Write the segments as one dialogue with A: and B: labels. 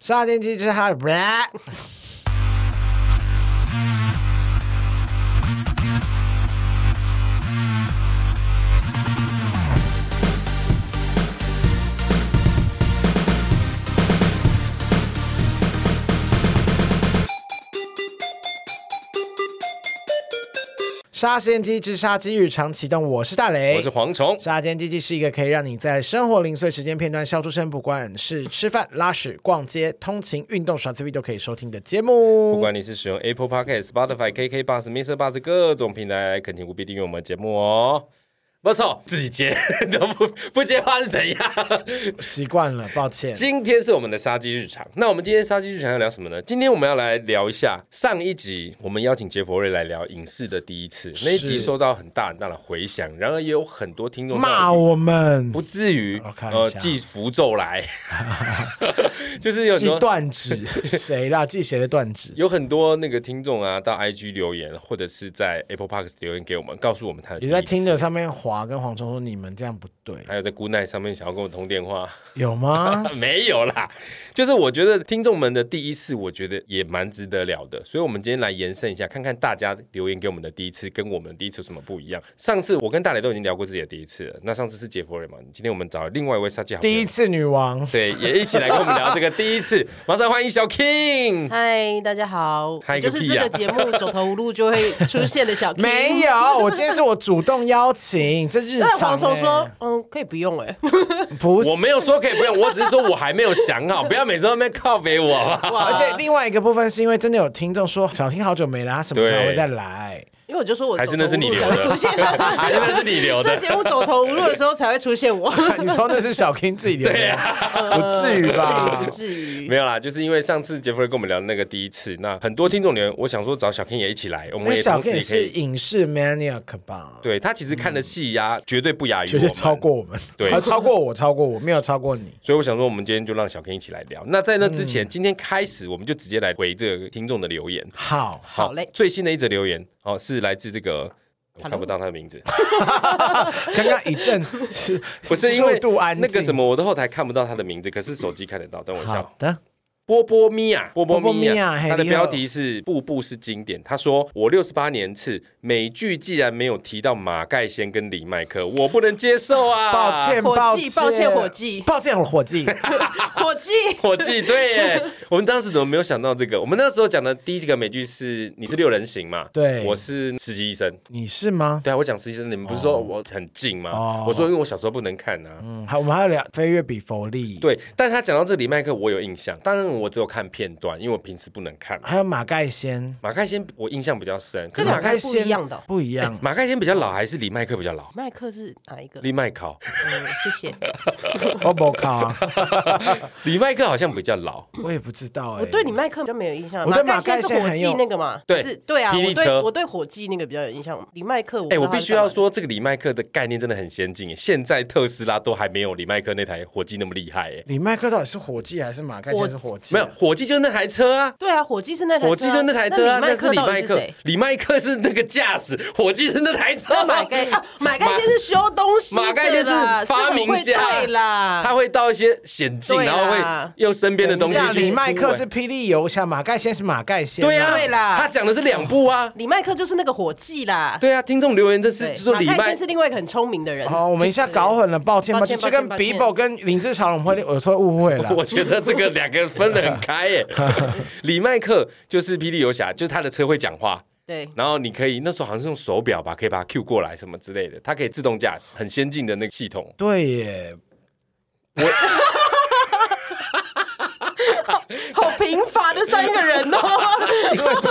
A: 杀进去就是他的。杀时间机之杀机遇常启动，我是大雷，
B: 我是蝗虫。
A: 杀间机器是一个可以让你在生活零碎时间片段笑出声，不管是吃饭、拉屎、逛街、通勤、运动、耍 CP 都可以收听的节
B: 不
A: 目。
B: 管你是使用 Apple Podcast、Spotify、KK Bus、Mr. Bus 各种平台，恳请务必订阅我们的节目哦。不错，自己接都不不接话是怎样？
A: 习惯了，抱歉。
B: 今天是我们的杀鸡日常。那我们今天杀鸡日常要聊什么呢？今天我们要来聊一下上一集我们邀请杰佛瑞来聊影视的第一次，那一集
A: 是
B: 受到很大很大的回响，然而也有很多听 众
A: 骂
B: 到底
A: 我们
B: 不至于
A: 我看一
B: 呃
A: 下
B: 寄符咒来， 就是有很
A: 记
B: 多
A: 断指，谁啦？记谁的断 指？
B: 有很多那个听众啊，到 IG 留言或者是在 Apple Park 留言给我们，告诉我们他的
A: 你在
B: 第一
A: 听
B: 次
A: 着，上面滑，跟蝗虫说你们这样不对，
B: 还有在 Good Night 上面想要跟我通电话，
A: 有 吗？
B: 没有啦。就是我觉得听众们的第一次，我觉得也蛮值得聊的，所以我们今天来延伸一下，看看大家留言给我们的第一次跟我们的第一次有什么不一样。上次我跟大磊都已经聊过自己的第一次了，那上次是杰弗瑞嘛，今天我们找了另外一位杀鸡好朋友
A: 第一次女 王，
B: 对，也一起来跟我们聊这个第一次。马上欢迎小 King。
C: 嗨，大家好，
B: 嗨
C: 我就是这
B: 个
C: 个
B: 屁
C: 节目走投无路就会出现 的小 King
A: 没。有，我今天是我主动邀请，这日
C: 那
A: 常、欸。
C: 蝗虫说：“嗯，可以不用哎、
A: 不是，
B: 我没有说可以不用，我只是说我还没有想好，不要每次都在那边靠北我好不好
A: 而
C: 哇
A: 且另外一个部分是因为真的有听众说，小听好久没来，他什么时候会再来？
C: 因为我就说我
B: 还
C: 走
B: 是
C: 投
B: 那是
C: 无
B: 你
C: 路
B: 留
C: 才会
B: 的，
C: 出现。
B: 还是那是你留
C: 这个
B: 的。
C: 节目走投无路的时候才会出现 我，
A: 你说那是小 King 自己留的，
B: 啊
A: 不至于吧
C: 不？至于，
B: 没有啦，就是因为上次杰夫瑞跟我们聊那个第一次，那很多听众留言，我想说找小 King 也一起来，我
A: 那
B: 们也
A: 小
B: 同
A: King
B: 时
A: 也
B: 也可
A: 是
B: 以。
A: 影视 maniac 吧？，
B: 对他其实看的戏呀，绝对不亚于
A: 绝
B: 我
A: 对
B: 们，
A: 超过我们，
B: 对
A: 还超过我，超过我，没有超过你。
B: 所以我想说，我们今天就让小 King 一起来聊。那在那之前，今天开始我们就直接来回这个听众的留言。
A: 好，
C: 好嘞
B: 最新的一则留言哦，是来自这个我看不
C: Hello
B: 到他的名字，
A: 刚刚一阵
B: 不是因为
A: 速度安
B: 那个
A: 静
B: 什么，我的后台看不到他的名字，可是手机看得到。等我一下哦
A: 好，的，
B: 波波米娅，波波
A: 波
B: 米
A: 米
B: 娅
A: 亚，
B: 他的
A: 嘿你好
B: 标题是“步步是经典”。他说：“我六十八年次，美剧既然没有提到马盖先跟李麦克，我不能接受 啊！”
A: 抱歉，抱
C: 伙计
A: 歉，
C: 抱歉伙计
A: 抱歉，伙计。
C: 伙计，
B: 伙计，对耶， 我们当时怎么没有想到这个？我们那时候讲的第一个美剧是你是六人行嘛？
A: 对
B: 我是实习医生。
A: 你是吗？
B: 对啊，我讲实习生，你们不是说我很近吗？
A: 哦
B: 我说因为我小时候不能看啊。
A: 嗯，好，我们还有聊《飞跃比佛利》，，
B: 对，但他讲到这里，麦克我有印象，当然我只有看片段，因为我平时不能看。
A: 还有马盖先，
B: 马盖先我印象比较深，可
C: 这
B: 是马
C: 两
B: 盖
C: 个是不一样的哦。
A: 不一 样。
B: 马盖先比较老还是李麦克比较老？
C: 麦克是哪一个？
B: 李麦考，
C: 嗯，谢谢。
A: 我不靠，
B: 哎李麦克好像比较 老。
A: 我也不知道哎。
C: 我对你麦克比较没有印象，
A: 我对马
C: 马
A: 盖
C: 盖
A: 先
C: 是伙
A: 很
C: 计
A: 有
C: 那个嘛？
B: 对
C: 是对啊，
B: 霹雳
C: 我对
B: 车
C: 我对伙计那个比较有印象。李麦克，
B: 哎、
C: 不知
B: 我
C: 道他
B: 必
C: 是
B: 须要
C: 干嘛的，
B: 说，这个李麦克的概念真的很先进耶。现在特斯拉都还没有李麦克那台火机那么厉害耶。
A: 李麦克到底是火计还是马盖先是火计？
B: 没有，火机就是那台车啊，
C: 对啊，伙计是那台车啊，
B: 火机就是那台车啊，
C: 那
B: 那
C: 李
B: 是
C: 克
B: 李
C: 到
B: 麦
C: 底是
B: 克
C: 谁？，
B: 李麦克是那个驾驶，火机是那台车啊。
C: 那马 盖啊，马盖先是修东西的啦，
B: 马盖先是发明
C: 是很
B: 家
C: 会对啦，
B: 他会到一些险境，
C: 对
B: 然
C: 啦
B: 后会用身边的东
A: 等一
B: 西
A: 下，
B: 去。
A: 李麦克是霹雳游侠，马盖先是马盖先。
B: 对啊，
C: 对啦
B: 他讲的是两部啊。
C: 李麦克就是那个伙计啦。
B: 对啊，听众留言这是
C: 对
B: 就说李
C: 马盖
B: 麦
C: 先是另外一个很聪明的人。
A: 好，我们一下搞混了，抱歉，
C: 抱
A: 抱歉，就
C: 歉
A: 跟
C: 抱歉
A: Bibo
C: 抱
A: 跟
C: 歉
A: 林志潮，我们会有时候误会了。
B: 我觉得这个两个分得很开 耶。李麦克就是霹雳游侠，就是他的车会讲话，
C: 对，
B: 然后你可以那时候好像是用手表吧，可以把它 Q 过来什么之类的，它可以自动驾驶，很先进的那个系 统。
A: 对耶，
C: 好贫乏的三个人 哦，
A: 因为真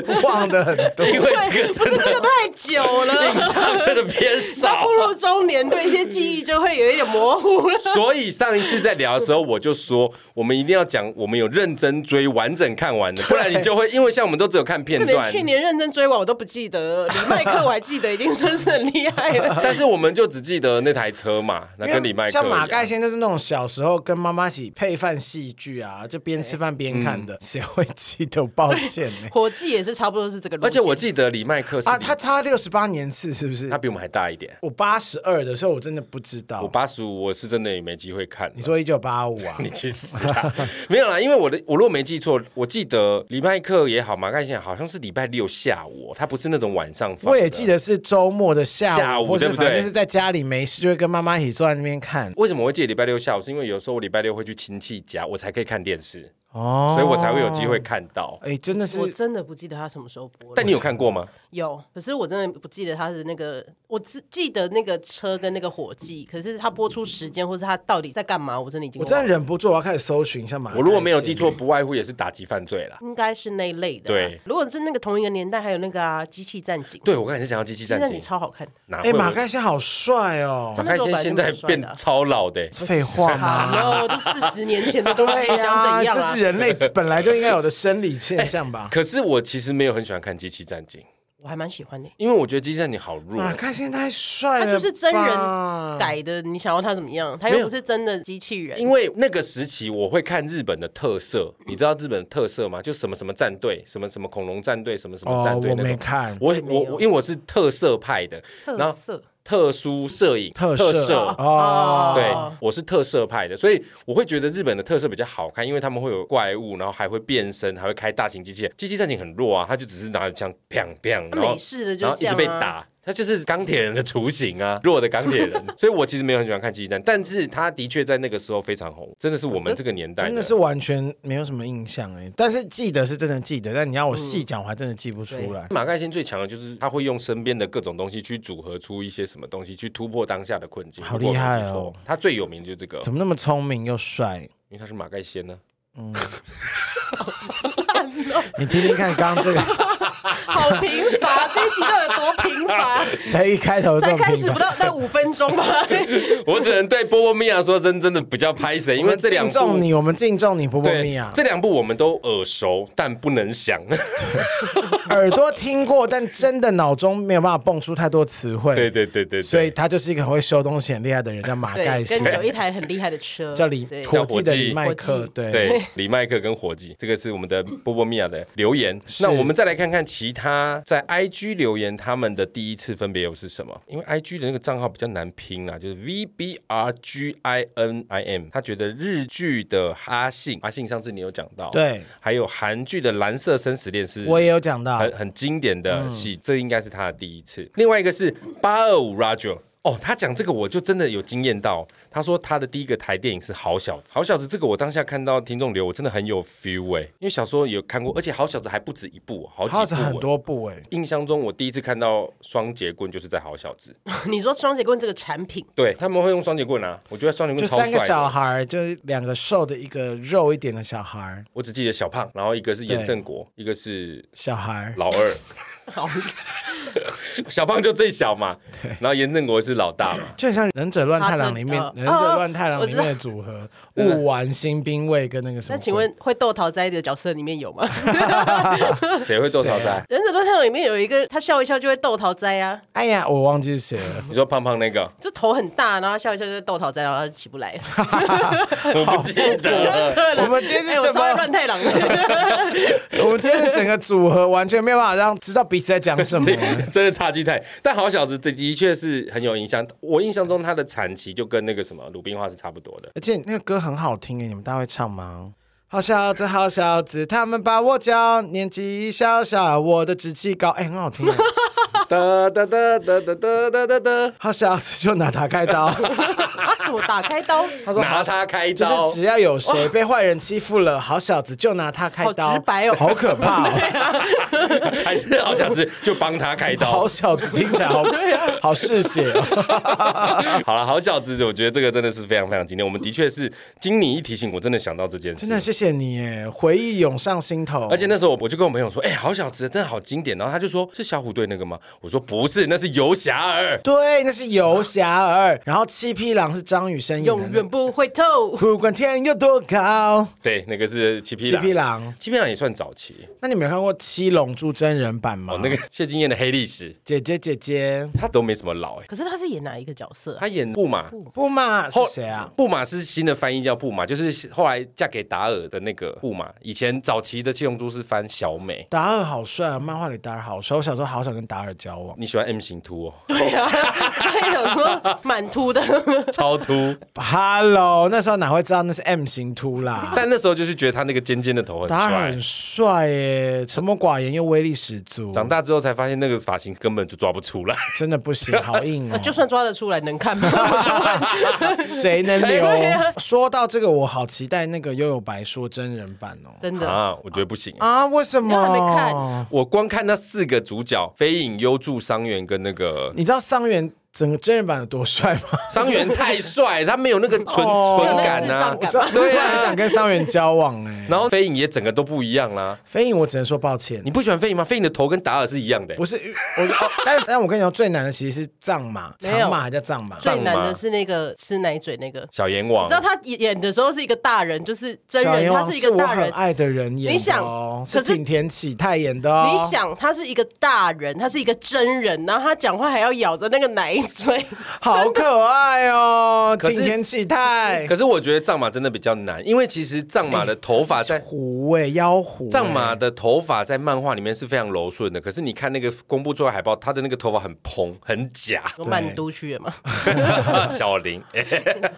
A: 的不是忘的很多。
B: 因为这个
C: 对，不是
B: 真
C: 这
B: 的
C: 个太久
B: 印
C: 了，
B: 象真的偏少
C: 步，入中年，对一些记忆就会有一点模糊了。
B: 所以上一次在聊的时候，我就说我们一定要讲我们有认真追完整看完的，不然你就会因为像我们都只有看片
C: 连
B: 段。
C: 去年认真追完我都不记得，李麦克我还记得，已经算是很厉害 了。
B: 但是我们就只记得那台 车嘛， 那跟李麦克
A: 像马
B: 一样
A: 盖先就是那种小时候跟妈妈一起配饭戏剧啊，就边吃饭边看的，谁会记得？抱歉呢。
C: 伙计也是差不多是这个路线，
B: 而且我记得李麦克是
A: 啊，
B: 李
A: 他他六十八年次是不是
B: 他？比我们还大一点。
A: 我八十二的时候，我真的不知道
B: 我。八十五，我是真的也没机会看。
A: 你说一九八五啊？
B: 你去死啊！ 没有啦，因为我的我如果没记错，我记得礼拜课也好，马盖先好像是礼拜六下午哦，他不是那种晚上放。
A: 我也记。得是周末的下午，
B: 下午
A: 或
B: 对
A: 者
B: 不
A: 反正
B: 对
A: 就是在家里没事，就会跟妈妈一起坐在那边看。
B: 为什么我会记得礼拜六下午？是因为有时候我礼拜六会去亲戚家，我才可以看电视，
A: 哦，
B: 所以我才会有机会。看到。
A: 哎，真的是
C: 我真的不记得他什么时候播了。
B: 但你有看过吗？
C: 有，可是我真的不记得他的那个，我只记得那个车跟那个火计，可是他播出时间或是他到底在干嘛，我真的已经
A: 我真
C: 忘
A: 的
C: 了
A: 忍不住，我要开始搜寻一下马。
B: 我如果没有记错，，不外乎也是打击犯罪啦。
C: 应该是那一类的啊、
B: 对
C: 如果是那个同一个年代，还有那个啊，机器战警，，
B: 对，我刚才是想要机器
C: 机器
B: 战
C: 战警
B: 警，
C: 超好看。
B: 哪
A: 哎、
B: 会有？
A: 马盖先好帅哦
B: 马！
C: 那
B: 盖
C: 时候
B: 先现在变超老的欸，
A: 废话
C: 好
A: 嘛，
C: 哟，这四十年前的东西，
A: 对
C: 你想
A: 呀、
C: 怎样啊
A: 这是？人类本来就应该有的生理现象 吧？
B: 可是我其实没有很喜欢看机器战警，
C: 我还蛮喜欢的、
B: 因为我觉得机器战警好弱。欸
A: 马盖先太帅了
C: 他
A: 吧，
C: 就是真
A: 嗯
C: 人改的，你想要他怎么样？他
B: 没
C: 又
B: 有
C: 不是真的机器人
B: 因。为那个时期，我会看日本的特色，你知道日本的特色吗？就什么什么战队，什么什么恐龙战队，什么什么
A: 哦
B: 战，队
A: 我
B: 那种。
A: 没看。
B: 我
C: 没
B: 我
C: 有
B: 我，因为我是特色派的，然
C: 特
B: 后
C: 色
B: 特殊摄影、
A: 特啊
B: 摄，
A: 哦，
B: 对，我是特色派的，所以我会觉得日本的特色比较好看，因为他们会有怪物，然后还会变身，还会开大型机器人。机器战警很弱啊，他就只是拿着枪，砰砰，
C: 那
B: 然后
C: 美式的就
B: 然后
C: 是
B: 一
C: 这
B: 直
C: 样
B: 被
C: 啊
B: 打。他就是钢铁人的雏形啊，弱的钢 铁人，所以我其实没有很喜欢看《机器战》，但是他的确在那个时候非常红，真的是我们这个年代
A: 真的是完全没有什么印象哎，但是记得是真的记得，但你
C: 嗯
A: 要我细讲，我还真的记不出来。
B: 马盖先最强的就是他会用身边的各种东西去组合出一些什么东西，去突破当下的困境。
A: 好
B: 如果我
A: 厉害
B: 没记错
A: 哦！
B: 他最有名的就是这个，
A: 怎么那么聪明又帅？
B: 因为他是马盖先呢、
A: 你听听看，刚刚这个
C: 好贫乏，这一集到底有多贫乏？
A: 才一开头这
C: 才
A: 么
C: 开
A: 平
C: 始不
A: 凡，
C: 到那五分钟吧，
B: 我只能对波波米亚说声真的比较拍谁，因为这
A: 我
B: 两
A: 们敬重
B: 部。
A: 你，我们敬重你，波波米
B: 对
A: 亚，
B: 这两部我们都耳熟，但不能想。
A: 耳朵听过，但真的脑中没有办法蹦出太多词汇。
B: 对对对对对，
A: 所以他就是一个很会修东西、很厉害的人，叫马盖
C: 对，
A: 先
C: 跟，有一台很厉害的 车，
A: 叫李
C: 对
A: 火计的李
B: 叫火计
A: 麦克，对，
B: 对，李麦克跟伙计，这个是我们的波波米亚的留言。那我们再来看看其他在 IG 留言他们的第一次分别又是什么？因为 IG 的那个账号比较难拼啊，就是 V B R G I N I M。他觉得日剧的阿信，阿信上次你有讲到，
A: 对，
B: 还有韩剧的《蓝色生死恋》是
A: 我也有讲到
B: 很，很经典
A: 嗯
B: 的戏，这应该是他的第一次。另外一个是八二五 Roger。哦，他讲这个我就真的有惊艳到。他说他的第一个台电影是《好小子》，《好小子》这个我当下看到听众留，我真的很有 feel 哎、因为小时候有看过，而且《好小子》还不止一部，好
A: 他
B: 几
A: 是
B: 部、欸
A: 很。多部哎，
B: 印象中我第一次看到双节棍就是在《好小子》
C: 你说双节棍这个产品，
B: 对他们会用双节棍啊，我觉得双节
A: 就
B: 棍超
A: 三
B: 帅
A: 个
B: 的。
A: 小孩儿，就是两个瘦的，一个肉一点的小孩儿，
B: 我只记得小胖，然后一个是严正国，一个是
A: 小孩儿
B: 老二，
C: 好，
B: 小胖就最小嘛，然后严正国是老大嘛。
A: 就很像《忍者乱太郎》里面，
C: 他的
A: 忍
C: 呃
A: 者乱太郎》
C: 哦
A: 里面的组合，雾丸、新兵卫跟那个什么
C: 那
A: 鬼。
C: 请问会斗桃斋的角色里面有吗？
B: 谁会斗淘
A: 谁
B: 汰
A: 啊？
C: 忍者乱太郎里面有一个，他笑一笑就会斗桃斋啊，
A: 哎呀，我忘记是谁了。
B: 你说胖胖那个，
C: 就头很大，然后他笑一笑就会斗桃斋，然后他起 不来。
B: 我不记得了。
C: 对了
A: 我们今天是
C: 哎我
A: 什么
C: 超爱乱太郎 的，
A: 我们今天整个组合完全没有办法让知道彼此在讲什么。
B: 真的差距太，但好小子的的确是很有影响。我印象中他的产期就跟那个什么鲁冰花是差不多 的。
A: 而且那个歌很好听欸诶，你们大家会唱吗？好小子，好小子，他们把我教，年纪小小，我的志气高，哎、很好 听诶。
B: 哒哒哒哒哒哒哒哒哒，
A: 好小子就拿他开 刀，
C: 啊怎么打开刀？
A: 他说
B: 拿
A: 好
B: 他开
A: 就
B: 刀
A: 是。只要有谁被坏人欺负了，好小子就拿他开刀，
C: 好直白哦啊
A: 好可怕、 哦。
B: 还是好小子就帮他开刀
A: 好。小子听起来好 好嗜血、哦，
B: 好了，好小子，我觉得这个真的是非常非常经典。我们的确是经你一提醒，我真的想到这件 事。
A: 真的谢谢你耶，回忆涌上心头。
B: 而且那时候我就跟我朋友说：“哎、好小子，真的好经典。”然后他就说：“是小虎队那个吗？”我说：“不是，那是游侠儿。”
A: 对，那是游侠儿，然后七匹狼是张雨生演
C: 永
A: 的
C: 远不会透
A: 《。不管天有多高
B: 对，那个是七》匹
A: 七
B: 狼，
A: 匹狼。
B: 七匹狼也算早期
A: 那你们有看过《七龙珠》真人版吗？
B: 哦。那个谢金燕的黑历史，
A: 姐姐姐姐
B: 他都没什么老哎、
C: 可是他是演哪一个角色、啊？
B: 他演布马，
A: 布马是
B: 后
A: 谁啊？？
B: 布马是新的翻译叫布马，就是后来嫁给达尔的那个布马。以前早期的七龙珠是翻小美。
A: 达尔好帅啊！漫画里达尔好帅，我小时候好想跟达尔交往，
B: 你喜欢 M 型秃哦，
A: 哎
C: 对啊， 他有说蛮秃的，
B: 超秃，
A: Hello，那时候哪会知道那是 M 型秃 啦？
B: 但那时候就是觉得他那个尖尖的头很
A: 达尔
B: 帅
A: 很。帅耶，沉默寡言又威力十足，
B: 长大之后才发现那个发型根本就抓不出来，
A: 真的不行，好硬哦
C: 。就算抓得出来，能看吗？
A: 谁能留
C: 对啊？
A: 说到这个，我好期待那个《悠悠白说》真人版哦。
C: 真的，
B: 啊，我觉得不行。
A: 啊？为什
C: 因为还没
A: 么
C: 看？
B: 我光看那四个主角，飞影、优助、伤员跟那个
A: 你知道桑园整个真人版有多帅 吗？
B: 伤员太帅，他没有那个纯
A: 哦
B: 纯感
C: 没有那个智
B: 呐
C: 障感，
A: 我突
B: 对
A: 然想
B: 啊。
A: 跟桑园交往
C: 啊
A: 哎。
B: 然后飞影也整个都不一样啦。
A: 飞影，我只能说抱歉
B: 你。不喜欢飞影吗？飞影的头跟达尔是一样的欸、
A: 不是我， 哦但但我跟你说，最难的其实是藏马，
C: 没有
A: 长马还叫藏马，
C: 最难的是那个吃奶嘴那个。
B: 小阎王
C: 你知道他演的时候是一个大人，就是真
A: 小
C: 人，
A: 阎
C: 他
A: 王
C: 是一
B: 哦
C: 个
A: 我
C: 大
A: 很
C: 人。
A: 爱的人演的
C: 你想
A: 哦，
C: 可是
A: 景田启泰演的
B: 啊
A: 哦。
C: 你想，他是一个大人，他是一个真人，然后他讲话还要咬着那个奶嘴，。
A: 好可爱哦，
B: 可是
A: 景田启泰
B: 可是我觉得藏马真的比较难，因为其实藏马的头发在。
A: 虎哎，妖狐欸
B: 藏马的头发在漫画里面是非常柔顺的，可是你看那个公布出来海报，他的那个头发很蓬很假
C: 有满都去了嘛？
B: 小林，欸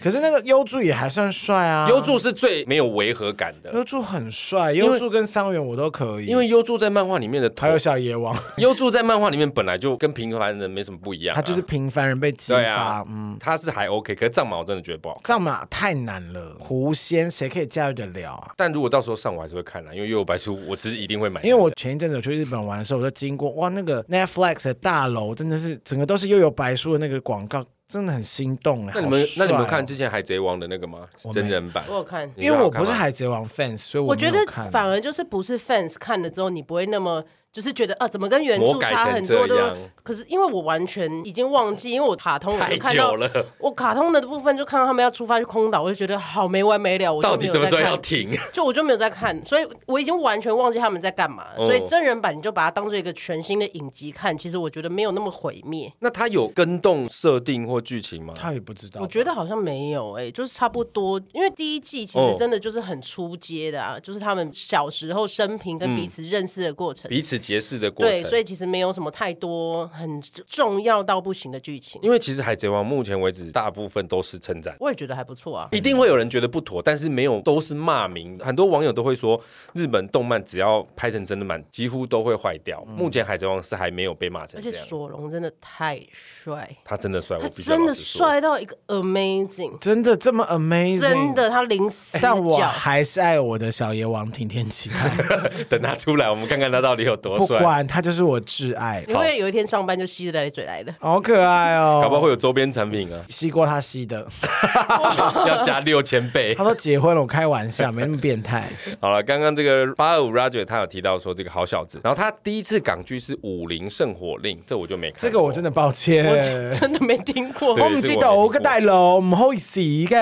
A: 可是那个优助也还算帅 啊，嗯
B: 优助是最没有违和感的，
A: 优助很帅，优助跟桑园我都可以，
B: 因为优助在漫画里面的头
A: 还有， 小野王，
B: 优助在漫画里面本来就跟平凡人没什么不一样啊、
A: 他就是平凡人被激
B: 对
A: 发
B: 啊，，
A: 嗯。
B: 他是还 OK，可是藏马我真的觉得不好看。
A: 藏马太难了，狐仙谁可以驾驭得了啊？
B: 但如果到时候上我还是会看啦，因为幽游白书我其实一定会买，
A: 因为我前一阵子我去日本玩的时候，我就经过哇，那个 Netflix 的大楼真的是整个都是又有白书的那个广告，真的很心动哎。
B: 那你们
A: 好帅
B: 那
A: 哦
B: 你们看之前海贼王的那个吗？
A: 我没
B: 真人版，
C: 我有看，
B: 你
A: 因为我不
B: 觉
A: 是
B: 得好看吗
A: 海贼王 fans，所以
C: 我
A: 没
C: 觉
A: 有
C: 得
A: 看
C: 反而就是不是 fans 看了之后，你不会那么就是觉得啊，怎么跟原
B: 魔
C: 著
B: 改
C: 差
B: 成
C: 很多
B: 这
C: 对吧
B: 样，
C: 可是因为我完全已经忘记，因为我卡通我
B: 太
C: 就看到
B: 久了，
C: 我卡通的部分就看到他们要出发去空岛，我就觉得好没完没了。我就
B: 到底
C: 没有
B: 什么时候
C: 在看
B: 要？停？
C: 就我就没有在看，所以我已经完全忘记他们在干嘛了。
B: 哦
C: 所以真人版你就把它当做一个全新的影集看，其实我觉得没有那么毁灭。
B: 那他有跟动设定或剧情吗？
A: 他也不知道吧，
C: 我觉得好像没有诶、就是差不多，因为第一季其
B: 哦
C: 实真的就是很出街的啊，就是他们小时候生平跟彼此认识的过程。
B: 嗯彼此结识的过程。
C: 对，所以其实没有什么太多很重要到不行的剧情，
B: 因为其实海贼王目前为止大部分都是称赞。
C: 我也觉得还不 错啊。
B: 一定会有人觉得不妥，但是没有都是骂名。很多网友都会说，日本动漫只要拍成真的版，几乎都会坏掉。目前《海贼王》是还没有被骂成
C: 嗯而
B: 这
C: 且
B: 样，
C: 索隆真的太帅，
B: 他真的帅，
C: 他
B: 我必须要
C: 真的
B: 老实说。
C: 帅到一个 amazing，
A: 真的这么 amazing，
C: 真。的他零
B: 哎
C: 死
A: 但我
C: 角。
A: 还是爱我的小野王挺天启泰，
B: 等他出来，我们看看他到底有多
A: 不
B: 帅，
A: 管他就是我挚爱
C: 你，会不会有一天上班就吸着奶嘴来的？
A: 好可爱哦。
B: 搞不好会有周边产品啊，
A: 吸过他吸的，
B: 要加六千倍
A: 他。都结婚了，我开玩笑，没那么变 态。
B: 好了，刚刚这个八二五 Roger 他有提到说这个好小子，然后他第一次港剧是《武林圣火令》，这我就没看过，
A: 这个我真的抱歉。
C: 真的没听过
B: 对
A: 我唔知道，我大佬唔好意思嘅。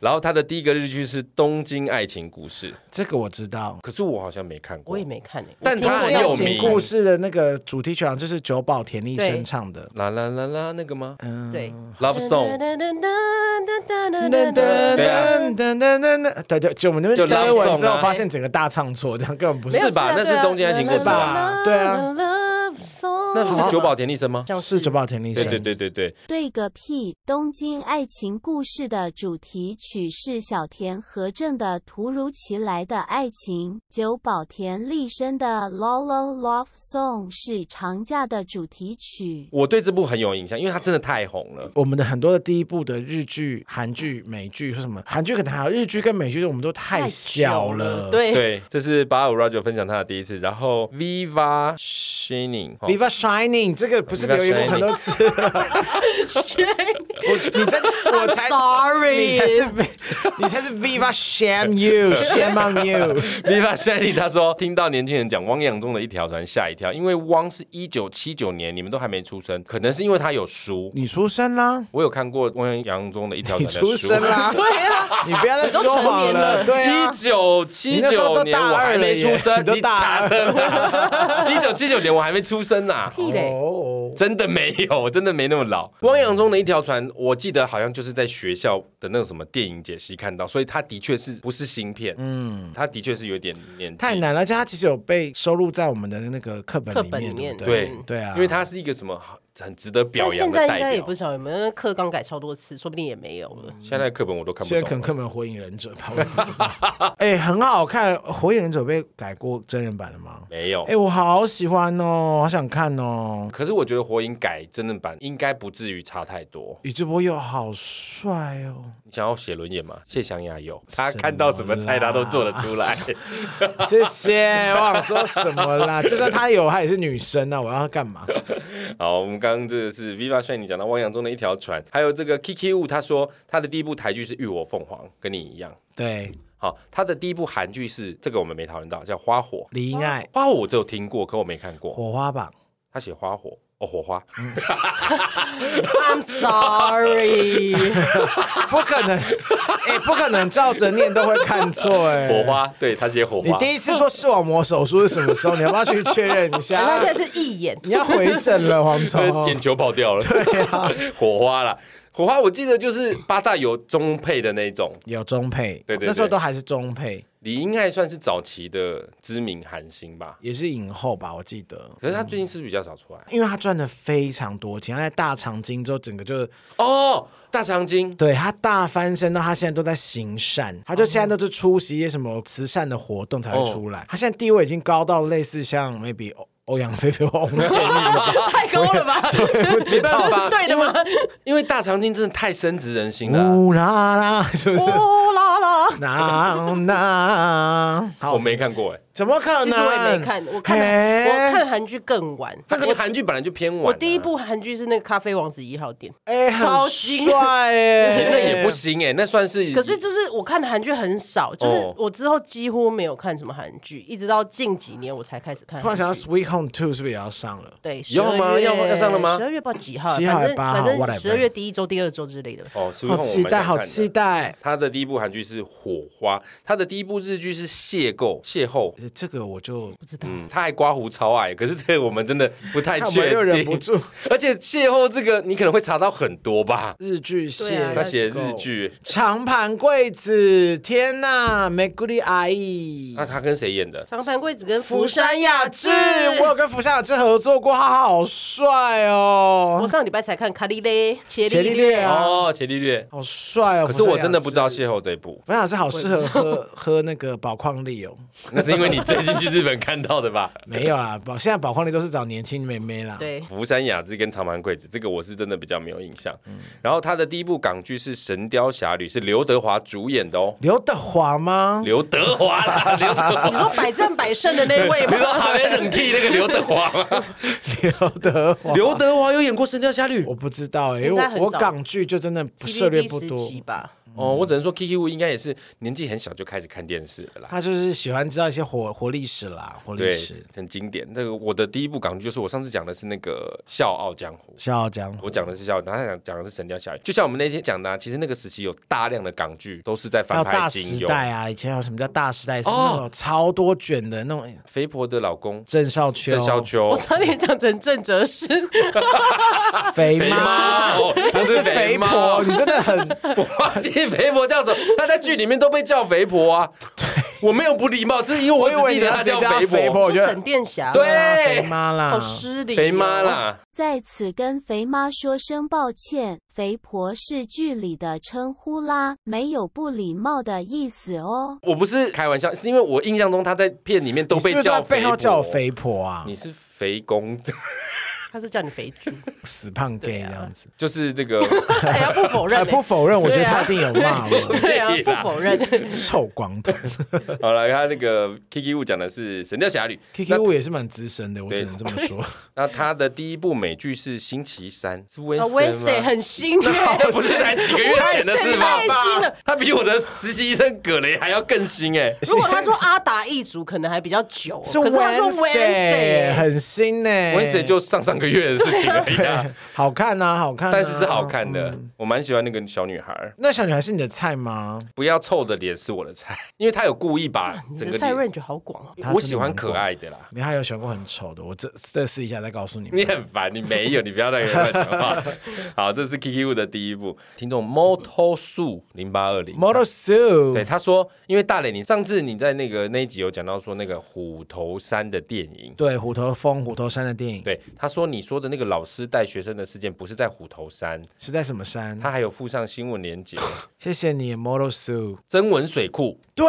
B: 然后他的第一个日剧是《东京爱情故事》，
A: 这个我知道。
B: 可是我好像没看过
C: 我也。没看诶、
B: 但
C: 我听过
B: 他很有
A: 爱
B: 名
A: 情故事的那个主题曲好像就是久保田利生唱的。
B: 啦啦啦啦，那个吗
A: 嗯，
C: 对。
B: ？Love Song，
A: 噔噔
B: 对啊
A: 噔噔噔噔噔，对对，就我们那
B: 就
A: 边待
B: love
A: 完
B: song
A: 之后
B: 啊
A: 发现整个大唱错，这样根本不是
B: 没有吧那是东京爱情
A: 故事吧对啊，
B: 那不是
C: 九
B: 久保田利生吗？
C: 嗯
A: 是久保田利
B: 对
A: 生。
B: 对对对对，
D: 对个屁！东京爱情故事的主题曲是小田和正的《突如其来的爱情》，久保田利生的《Lolo Love Song》是长假的主题曲。
B: 我对这部很有印象，因为他真的太红了。
A: 我们的很多的第一部的日剧、韩剧、美剧说什么？韩剧可能还好，日剧跟美剧我们都太小了。
C: 对，
B: 对，这是八五 Roger 分享他的第一次，然后 Viva Shining，哦
A: Viva shining，这个不是留言过很多次了，你这我才
C: Sorry
A: 你才是 V- 你才是 Viva shame you shame on you。
B: Viva Shiny 他说，听到年轻人讲汪洋中的一条船吓一跳，因为汪是一九七九年，你们都还没出生，可能是因为他有书。
A: 你出生啦，
B: 我有看过汪洋中的一 条
A: 你
B: 船的书。
A: 出生 啦，
C: 对啊，
A: 你不要再说谎了，对啊
B: 一。九七
A: 你那时候
B: 九
A: 都
B: 年
A: 大
B: 我还
A: 二了
B: 没
A: 耶
B: 出生，
A: 你都大二
B: 二。一九七九年我还没出生呐、啊
C: 屁嘞，
A: 哦，
B: 真的没有， 真的没那么老。汪洋中的一条船，我记得好像就是在学校的那种什么电影解析看到，所以它的确是不是新片，嗯，它的确是有点年纪
A: 太，难了，而且它其实有被收录在我们的那个课本
C: 课
A: 里
C: 本里
A: 面，
C: 面
A: 对不
B: 对
A: 对对啊，
B: 因为它是一个什么很值得表
C: 嗯但
B: 扬
C: 现
B: 的
C: 在
B: 代
C: 应该也
B: 表
C: 不。少，有没有课纲改超多次，说不定也没有了。
B: 现在的课本我都看
A: 现在
B: 不
A: 可能
B: 懂。
A: 课本《火影忍者》吧，我也不知道。 哎、很好看，《火影忍者》被改过真人版了吗？
B: 没有
A: 哎、，我好喜欢哦，好想看哦。
B: 可是我觉得《火影》改真人版应该不至于差太多。
A: 宇智波鼬好帅哦，
B: 你想要写轮眼吗？谢祥雅有，他看到什么菜他都做得出来。
A: 谢谢。我想说什么啦？就算她有，她也是女生啊，我要她干嘛？
B: 好，我们刚刚这个是 Viva s h i n e 讲到汪洋中的一条船，还有这个 Kiki Wu，他说他的第一部台剧是《浴火凤凰》，跟你一样。
A: 对，
B: 好，他的第一部韩剧是这个我们没讨论到，叫《花火》。
A: 李英爱，
B: 花火我只有听过，可我没看过。
A: 火花榜，
B: 他写花火哦，火花，
C: I'm sorry，
A: 不可能，哎、不可能照着念都会看错哎、
B: 火。花，对他写火
A: 你
B: 花。
A: 第一次做视网膜手术是什么时候？你要不要去确认一
C: 反正
A: 下？
C: 哎现在是 一眼，
A: 你要回诊了，黄
B: 呃
A: 虫
B: 捡。球跑掉了，对啊， 火花啦，火花，我记得就是八大有中配的那种，
A: 有中配，
B: 对对对
A: 那时候都还是中配，
B: 李英爱算是早期的知名韩星吧，
A: 也是影后吧，我记得。
B: 可是他最近是不是比较少出来？
A: 因为她赚了非常多钱，她在大长今之后，整个就
B: 哦，大长今，
A: 对她大翻身，到她现在都在行善，她就
B: 哦
A: 现在都是出席一些什么慈善的活动才会出来。她现在地位已经高到类似像 maybe 欧欧阳菲菲或 翁
B: 哦
A: 倩玉，
C: 太高了吧？
A: 不知
B: 没办
A: 道。
B: 法，
C: 对的吗？
B: 因为大长今真的太深植人心了啊。
A: 呜啦啦，是不是？
C: 哦啦啦，
A: 那那好
B: 我，没看过哎，
A: 怎么可能？哎
C: 其实我也没看，我看
A: 嘿
C: 我看韩剧更晚。
B: 那个韩剧本来就偏晚啊。
C: 我第一部韩剧是那个《咖啡王子一号店
A: 哎、
C: 超
A: 很
C: 新
A: 帅哎、
B: 那也不行哎，那算是》，
C: 可是就是我看的韩剧很少，就是我之后几乎没有看什么韩剧，一直到近几年我才开始看韩剧。
A: 突然想到《Sweet Home Two》是不是也要上了？
C: 对，十
B: 要
C: 二
B: 吗
C: 月
B: 要吗要上了吗
C: 十二月不知道几号，啊
A: 7号
C: 反正
A: 8号
C: 反正
A: whatever
C: 十二月第一周、第二周之类的。
B: 哦，是不
A: 好
B: 是
A: 期待，好期。待！
B: 他的第一部韩剧是《火花》，他的第一部日剧是《邂逅》，邂逅。
A: 呃这个我就
C: 不知道，
B: 嗯，他还刮胡超爱，可是这个我们真的不太
A: 看
B: 确
A: 我
B: 定，
A: 又忍不住。
B: 而且邂逅这个，你可能会查到很 多吧？
A: 日剧写、
C: 对啊
B: 他写日剧，
A: 长盘贵子，天呐，玫瑰丽阿姨
B: 那，他跟谁演的？
C: 长盘贵子跟
A: 福
C: 福
A: 山
C: 山
A: 雅
C: 雅
A: 治
C: 治，，
A: 我有跟福山雅治合作过，他好帅
C: 我
A: 哦，
C: 上礼拜才看《卡利勒伽
A: 伽
C: 利
A: 利略啊
B: 哦，伽利略。
A: 好帅哦。
B: 可是我真的不知道
A: 福山雅治。
B: 邂逅这一部，
A: 福山雅治好适合喝 喝那个宝矿力哦，
B: 那是因为你最近去日本看到的吧？
A: 没有啦，宝现在宝矿力都是找年轻妹妹啦。，
C: 对，
B: 福山雅治跟长盘贵子，这个我是真的比较没有印象。
A: 嗯
B: 然后他的第一部港剧是《神雕侠侣》，是刘德华主演的哦。
A: 刘德华吗？
B: 刘德华啦， 刘德华，
C: 你说百战百胜的那位
B: 啊 你说
C: 吗？
B: 哈维 冷 key 那个刘德华吗？
A: 刘德华，
B: 刘德华有演过《神雕侠侣
A: 我》不知道哎、因
C: 应
A: 为
C: 该很
A: 我我
C: 早
A: 港剧就真的
C: TVB
A: 涉猎不
C: 时
A: 多。
C: 期吧，
B: 哦，我只能说 Kiki Wu 应该也是年纪很小就开始看电视了啦。
A: 他就是喜欢知道一些活活历史啦，活历
B: 对
A: 史。，
B: 很经典。那个我的第一部港剧就是我上次讲的是那个《笑傲江湖》。
A: 笑傲江湖
B: 我讲的是笑，然后他讲讲的是《神雕侠侣》，就像我们那天讲的、啊，其实那个时期有大量的港剧都是在
A: 还有
B: 翻
A: 哦大
B: 拍
A: 时
B: 金庸，
A: 代啊，以前还有什么叫大时代？是
B: 哦
A: 那种超多卷的那种
B: 肥婆的老公
A: 郑少秋、
B: 郑少 秋
C: 我，差点讲成郑哲仕，
A: 肥
B: 肥
A: 妈，
B: 妈，哦不
A: 是
B: 是
A: 肥
B: 肥
A: 婆，
B: 妈，
A: 你真的 很啊
B: 我忘记肥婆叫什么，她在剧里面都被叫肥 婆啊。我没有不礼貌，是因为我
A: 我以为你
B: 只记得
A: 要
B: 她
A: 直接
B: 叫
A: 叫她
B: 肥
A: 肥婆
B: 婆，
A: 我觉得
C: 沈殿霞，
B: 哦对啊
A: 肥妈
C: 好
A: 啦。
C: 失礼，
B: 肥妈。啦。
D: 在此跟肥妈说声抱歉，肥婆是剧里的称呼啦，没有不礼貌的意思哦。
B: 我不是开玩笑，是因为我印象中她在片里面都
A: 你是
B: 被
A: 不是在
B: 叫
A: 背
B: 肥
A: 后
B: 婆。
A: 叫我肥婆啊？
B: 你是肥公，
C: 他是叫你肥猪，
A: 死胖 gay
C: 对啊
A: 这样子。
B: 就是 这个
C: 哎呀，不否认
A: 哎，
C: 欸，
A: 不否认，我觉得
C: 对啊
A: 他一定有骂我，
C: 对啊，不否 认。
A: 臭光头。
B: 好了，他那个 Kiki Wu 讲的是《神雕侠侣》
A: K K
B: 那
A: 我也是蛮资深的，我只能这么 说。
B: 那他的第一部美剧是《星期三》，是
C: 啊 Wednesday
B: Wednesday 吗？
C: 很新耶，
B: 那不是才几个月前的事吗
C: 太新了？
B: 他比我的实习医生葛雷还要更新哎！
C: 如果他说阿达一族，可能还比较久，哦
A: 是
C: 可是 他说
A: Wednesday，
C: Wednesday，
A: 很新呢。
B: Wednesday 就上上个月的事情而已 啊，
A: 好看啊，好看啊，
B: 但是是好看的，
A: 嗯
B: 我蛮喜欢那个小女孩。
A: 那小女孩是你的菜吗？
B: 不要臭的脸是我的菜，因为他有故意把
C: 啊你
B: 整
C: 的
B: 个
C: 赛
B: 脸，
C: range 好广哦。
A: 她真的
B: 我喜欢
A: 蛮
B: 可
A: 广
B: 爱的啦。
A: 你还有选过很丑的，我这这试一下再告诉你们。
B: 你很烦，你没有，你不要那个乱讲话。好，这是 Kiki Wu 的第一部，听众 Moto 树零八二零。
A: Model
B: 对，
A: Sue，
B: 他说，因为大磊，你上次你在那个那一集有讲到说那个虎头山的电影，
A: 对，虎头峰、虎头山的电影
B: 对，他说你说的那个老师带学生的事件不是在虎头山，
A: 是在什么山？
B: 他还有附上新闻连结，
A: 谢谢你，Model Sue。
B: 曾文水库
A: 对，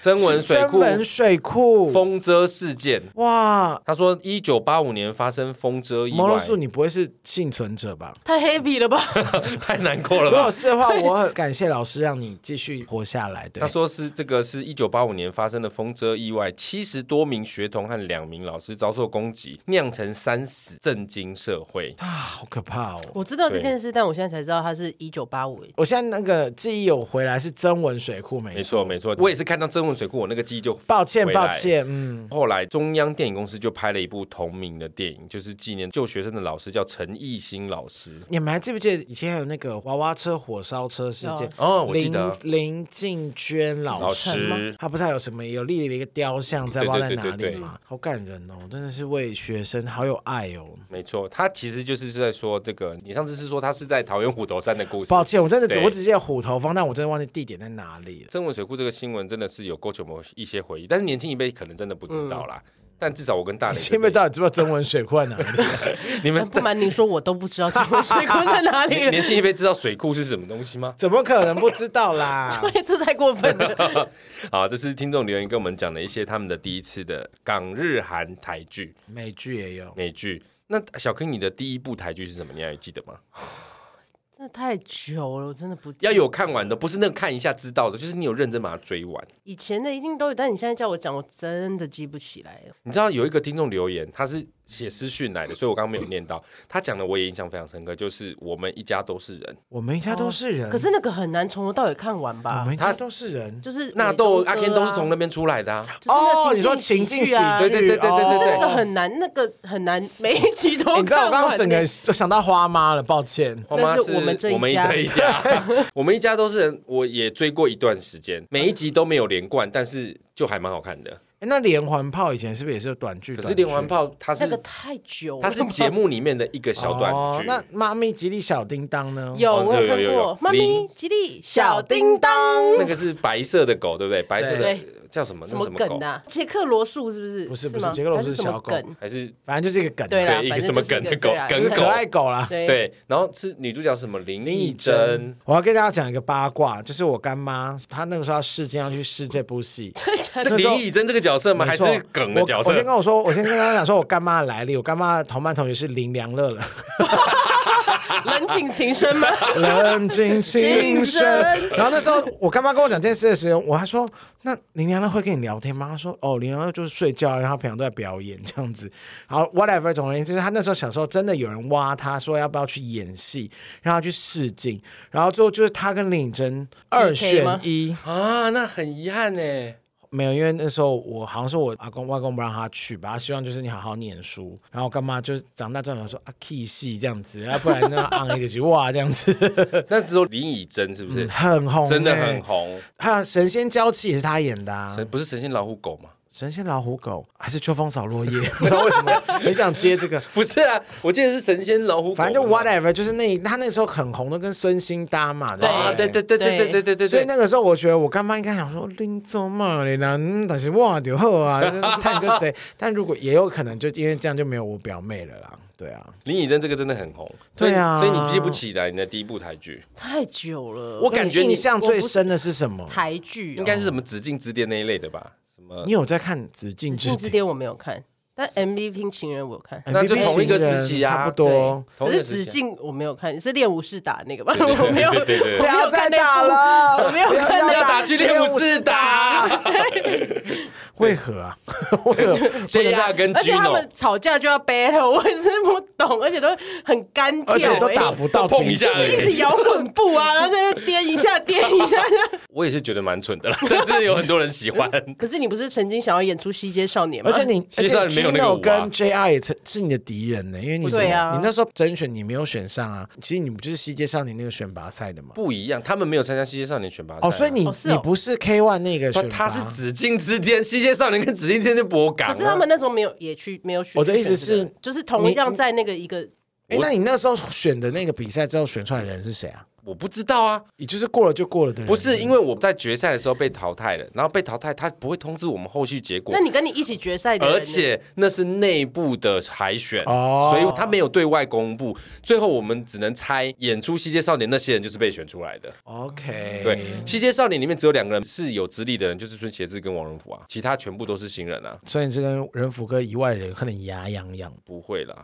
B: 曾文水库
A: 是曾文水库，
B: 风遮事件。
A: 哇。
B: 他说，一九八五年发生风遮意
A: m o d
B: 外
A: e，Sue，你不会是幸存者吧？
C: 太 heavy 了吧？
B: 太难过了
A: 如
B: 吧
A: 果？是的话， 我很感谢老师让你继续活下来。对
B: 他，说是这个是一九八五年发生的风遮意外，七十多名学童和两名老师遭受攻击，酿成三死，震惊社会。
A: 啊，好可怕哦！
C: 我知道这件事，但我现在才知道他是一九八五。
A: 我现在那个记忆有回来是曾文水库，没
B: 没错没错，我也是看到曾文水库，我那个记忆就
A: 抱歉
B: 回来
A: 抱。歉，嗯，
B: 后来中央电影公司就拍了一部同名的电影，就是纪念旧学生的老师叫陈艺兴老师。
A: 你们还记不记得以前还有那个娃娃车火烧车事件？
B: 哦，我记
A: 林
B: 得
A: 林静娟老
B: 老
A: 师，
B: 师。
A: 她不是还有什么有立了一个雕像在
B: 对
A: 不知道在
B: 对对
A: 哪
B: 对
A: 里
B: 对
A: 吗？好感人哦，真的是为学生好有爱哦。
B: 没错，他其实就是在说这个。你上次是说他是在桃园虎头山的故事，
A: 抱歉，我真的只
B: 对
A: 我只记得虎头峰，但我真的忘记地点在哪里了。
B: 曾文水库这个新闻真的是有勾起我们一些回忆，但是年轻一辈可能真的不知道啦。但至少我跟大磊这边，
A: 因为到底知不知道曾文水库在哪里？
B: 你们
C: 不瞒您说，我都不知道这个 水库在哪里
B: 年
C: 了
B: 年，轻一辈知道水库是什么东西吗？
A: 怎么可能不知道啦？
C: 这太过分 了。
B: 啊，这是听众留言跟我们讲的一些他们的第一次的港日韩台剧
A: 美剧也有，
B: 美剧。那小坑，你的第一部台剧是什么？你还记得吗？
C: 真的太久了，我真的不记
B: 要
C: 得
B: 有看完的，不是那个看一下知道的，就是你有认真把它追完。
C: 以前的一定都有，但你现在叫我讲，我真的记不起来了。
B: 你知道有一个听众留言，他是写私讯来的，所以我刚刚没有念到。他讲的我也印象非常深刻，就是我们一家都是人。
A: 我们一家都是人，
C: 哦
A: 啊
C: 可是那个很难从头到尾看完
A: 嗯我
C: 吧
A: 们？一家都是人。
C: 就是
B: 纳豆、
C: 美中歌啊
B: 阿 Ken 都是从那边出来的、啊。
C: 就是那
A: 哦，你说情境
C: 剧啊，
A: 剧，
B: 对对对对对对对
C: 那个
A: 哦哎
C: 很难，那个很难，每一集 都看完、
A: 你知道我刚刚整个就想到花妈了，抱歉。
B: 我妈
C: 那
B: 是
C: 是我们这一
B: 我们一
C: 家
B: 家一家， 我们一家都是人。我也追过一段时间，每一集都没有连贯，但是就还蛮好看的。
A: 哎那连环炮以前是不是也是有短剧？
B: 可是连环
A: 短剧
B: 炮它是
C: 那个太久了，
B: 它是节目里面的一个小短
A: 哦
B: 剧，
A: 那妈咪吉利小叮当呢？
C: 有
B: 哦
C: 我
B: 有
C: 有
B: 有
C: 看
B: 有有
C: 过，妈咪
B: 零
C: 吉利小叮当
B: 那个是白色的狗，对不对？白色的
C: 对
B: 叫什么？
C: 什
B: 那
C: 么
B: 是什么
C: 梗
B: 狗？
C: 啊？杰克罗素是不是？
A: 不是不是
C: 吗
A: 杰克罗素
C: 还是
A: 是
C: 什么
A: 小狗
C: 梗，
B: 还是
A: 反正就是一个梗，啊
C: 对啦
B: 对一
C: 反
B: 个
C: 正
B: 什么
C: 就是
B: 梗
C: 一个
B: 的狗
C: 对啦
B: 梗
A: 就是
B: 狗
A: 可爱狗啦。
C: 对
B: 对，然后是女主角是什么林
A: 林以
B: 义
A: 珍
B: 珍，，
A: 我要跟大家讲一个八卦，就是我干妈，她那个时候要试镜要去试这部戏，
B: 是林以珍这个角色吗？还
A: 没
B: 是
A: 错
B: 梗的角
A: 我我先
B: 色？
A: 跟我说，我先跟大家讲说我干妈的来历，我干妈的同班同学是林良乐了，
C: 冷静情深 吗？
A: 冷静情深。然后那时候我干妈跟我讲这件事的时候，我还说：“那林良乐会跟你聊天吗？”她说：“哦，林良乐就是睡觉，然后平常都在表演这样子。”好，whatever，总而言之，他那时候小时候真的有人挖他说要不要去演戏，让他去试镜，然后最后就是他跟林以珍二
C: PK
A: 选
C: 吗
A: 一。
B: 啊，那很遗憾呢。呃
A: 没有，因为那时候我好像是我阿公外公不让他去吧，他希望就是你好好念书。然后我干妈就是长大之后想说啊，key 戏这样子，要不然那昂一点去哇这样 子，
B: 那只有林以珍是不是？
A: 嗯很红、欸
B: 真的很。红，
A: 还有神仙娇妻也是他演的、啊，
B: 神不是神仙老虎狗吗？
A: 神仙老虎狗还是秋风扫落叶， 不知道为什么很想接这个。
B: 不是啊，我记得是神仙老虎狗，
A: 反正就
B: 我
A: whatever，就是那他那时候很红的，跟孙兴搭嘛，
C: 对
B: 啊，
A: 不
B: 对对对对对对对对，
A: 所以那个时候，我觉得我干妈应该想说拎走嘛，你呢？嗯但是哇就好啊， 看你就贼。但如果也有可能，就因为这样就没有我表妹了啦。对啊，
B: 林以珍这个真的很红，
A: 对
B: 所以
A: 啊
B: 所以你记不起来你的第一部台剧，
C: 太久了，
B: 我感觉
A: 那
B: 你
A: 你印象最
C: 我不是
A: 深的是什么？
C: 台剧哦
B: 应该是什么《紫禁之巅》那一类的吧？什么
A: 你有在看《紫禁
C: 《紫
A: 之哎
C: 禁之
A: 巅》？
C: 巅》我没有看，但 MV 拼情人我有看，
B: 那就
A: MVP
B: 同一个
A: 情人
B: 时期啊
A: 差不多。
B: 同
C: 可
B: 一个
C: 是
B: 时
C: 子
B: 期啊。
C: 敬我没有看，是练武士打那个吧？
B: 对对对
C: 我没有，
B: 对对对
A: 不
C: 我没
A: 要
C: 有
A: 再
C: 看
A: 打
C: 那部。
A: 了，
C: 我没有
A: 不要
C: 看
A: 再
C: 那部
B: 打去练武士打，
A: 为何 啊？为何？
B: 谢亚跟
C: 而且他
B: Gino
C: 们吵架就要 battle，我也是不懂，而且都很干跳、
A: 而且都
C: 欸
A: 打不到
B: 都碰
A: 彼
B: 一下
A: 此
B: 而已
C: 一直摇滚步啊，然后在那边颠一下，颠一下。
B: 我也是觉得蛮蠢的啦， 但是有很多人喜欢。
C: 可是你不是曾经想要演出《西街少年》吗？
A: 而且你，而
B: 西
A: 且
B: 藏没有那个
A: Gino
B: 舞啊
A: 跟 JR 也是是你的敌人呢、因为你
C: 对啊
A: 你那时候甄选你没有选上啊，其实你不就是西街少年那个选拔赛的吗？
B: 不一样，他们没有参加《西街少年》选拔赛啊
A: 哦，所以你、
C: 哦是哦
A: 你不是 K One 那个
B: 他
A: 选拔，啊
B: 他是紫禁之巅，《西街少年》跟紫禁之巅是博港啊。
C: 可是他们那时候没有也去没有选。
A: 我的意思是
C: 就是同样在那个一个
A: 哎、那你那时候选的那个比赛之后选出来的人是谁啊？
B: 我不知道啊，
A: 也就是过了就过了的人，
B: 不是因为我在决赛的时候被淘汰了，然后被淘汰，他不会通知我们后续结果
C: 那。你跟你一起决赛的人，
B: 而且那是内部的海选，
A: 哦
B: 所以他没有对外公布。最后我们只能猜，演出《西街少年》那些人就是被选出来的。
A: OK
B: 对，《西街少年》里面只有两个人是有资历的人，就是孙协志跟王仁甫啊，其他全部都是新人啊。
A: 所以这跟人福哥以外的人恨得牙痒痒。
B: 不会啦，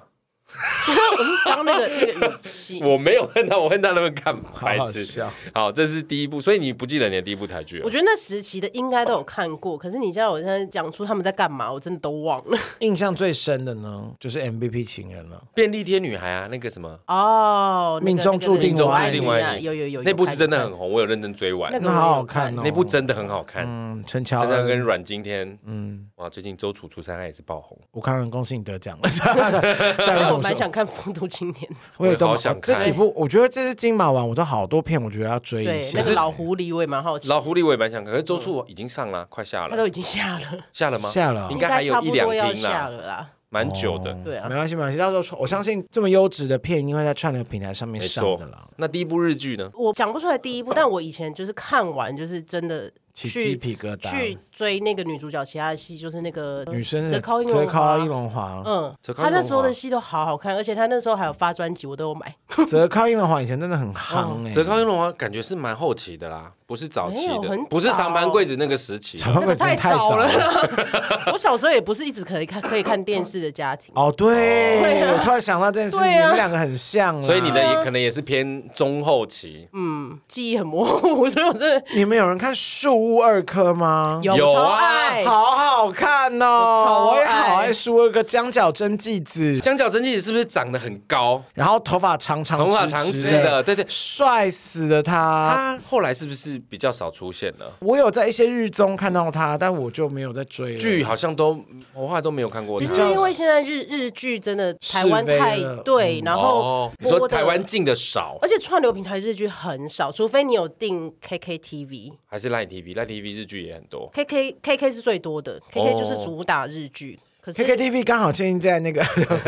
C: 我们刚那个那个语气，
B: 我没有恨他，我恨他那们干嘛？白
A: 好好
B: 痴。
A: 笑
B: 好，这是第一部，所以你不记得你的第一部台剧了
C: 我？觉得那时期的应该都有看过。可是你叫我现在讲出他们在干嘛，我真的都忘了。
A: 印象最深的呢，就是 MVP 情人了。
B: 便利贴女孩啊，那个什么，
C: 哦，那个
A: 命中注定
C: 那个
A: 我爱你
B: 命中注定我
C: 啊
B: 爱你
C: 有有有，有
B: 那部是
C: 看
B: 真的
C: 有
B: 很红，我有认真追完
C: 看那。个
A: 那
C: 我
A: 好好
C: 有
A: 看哦
B: 那部真的很好看，
A: 嗯，陈乔
B: 真的跟
A: 恩，
B: 阮经天，
A: 嗯，
B: 哇，最近周楚楚三害也是爆红。
A: 我看恭喜你得奖了。 但
C: 但
A: 为什
C: 我
A: 么
C: 蛮
A: 说
C: 想看《复读青年》，
A: 我也都
B: 我也好想
A: 这
B: 看
A: 几部，我觉得这是金马王，我都好多片，我觉得要追一
C: 对，
A: 下。
C: 那个老狐狸我也蛮好奇，
B: 老狐狸我也蛮想看，可是周处已经上了，快下
C: 他都
B: 了，
C: 已经下了，
B: 下了吗？
A: 下了哦
B: 应
C: 应
B: 该还有
C: 差
B: 一
C: 不
B: 两
C: 多要
B: 天
C: 下
B: 啦，
C: 了啦。
B: 蛮久的
A: 哦。
C: 对啊
A: 没关系，没关系。到时候我相信这么优质的片，一定会在串流平台上面
B: 没
A: 上
B: 错
A: 的啦。。
B: 那第一部日剧呢？
C: 我讲不出来第一部，但我以前就是看完就是真的
A: 起
C: 去
A: 鸡皮疙瘩
C: 去追那个女主角其他的戏，就是那个
A: 女生
C: 泽
A: 的
C: 尻英
A: 泽尻
C: 龙
A: 一
C: 花。
A: 龙华，
C: 嗯
B: 泽，靠
C: 她那时候
B: 英龙花
C: 的戏都好好看，而且她那时候还有发专辑，我都有买。
A: 泽尻一龙华以前真的很
C: 嗯
A: 夯哎，
B: 泽尻英龙啊，感觉是蛮后期的啦，不是早期
C: 没有
B: 的
C: 很，早
B: 不是长盘贵子那个时期。
A: 长方贵真 的太
C: 早
A: 早了。
C: 了，我小时候也不是一直可以看可以看电视的家庭。
A: 哦，对，
C: 对啊
A: 我突然想到这件事，
C: 对
A: 你
C: 啊
A: 们两个很像啦，
B: 所以你的也可能也是偏中后期，
C: 嗯，记忆很模糊， 所以我真的
A: 你们有人看《树屋二科》吗？
C: 有
B: 有
C: 超
B: 啊
C: 爱。
A: 好好看哦，
C: 哎我超
A: 我也
C: 爱
A: 好爱树屋二科，江角真纪子，
B: 江角真纪是不是长得很高，
A: 然后头发长长
B: 头发
A: 直
B: 长直
A: 的，
B: 的？对对，
A: 帅死了他。
C: 啊
B: 他后来是不是比较少出现了？
A: 我有在一些日综看到他，但我就没有在追了
B: 剧好像都我后来都没有看过
C: 其
B: 他。
C: 实因为现在日日剧真的台湾
A: 示威
C: 太
A: 了
C: 对，然后
B: 哦，你
C: 播的
B: 说台湾进的少
C: 而且串流平台日剧很少，除非你有订 KKTV。
B: 还是 Line TV？Line TV 日剧也很多。
C: KK KK 是最多的
B: 哦
C: ，KK 就是主打日剧，可是
A: KKTV 刚好现在那个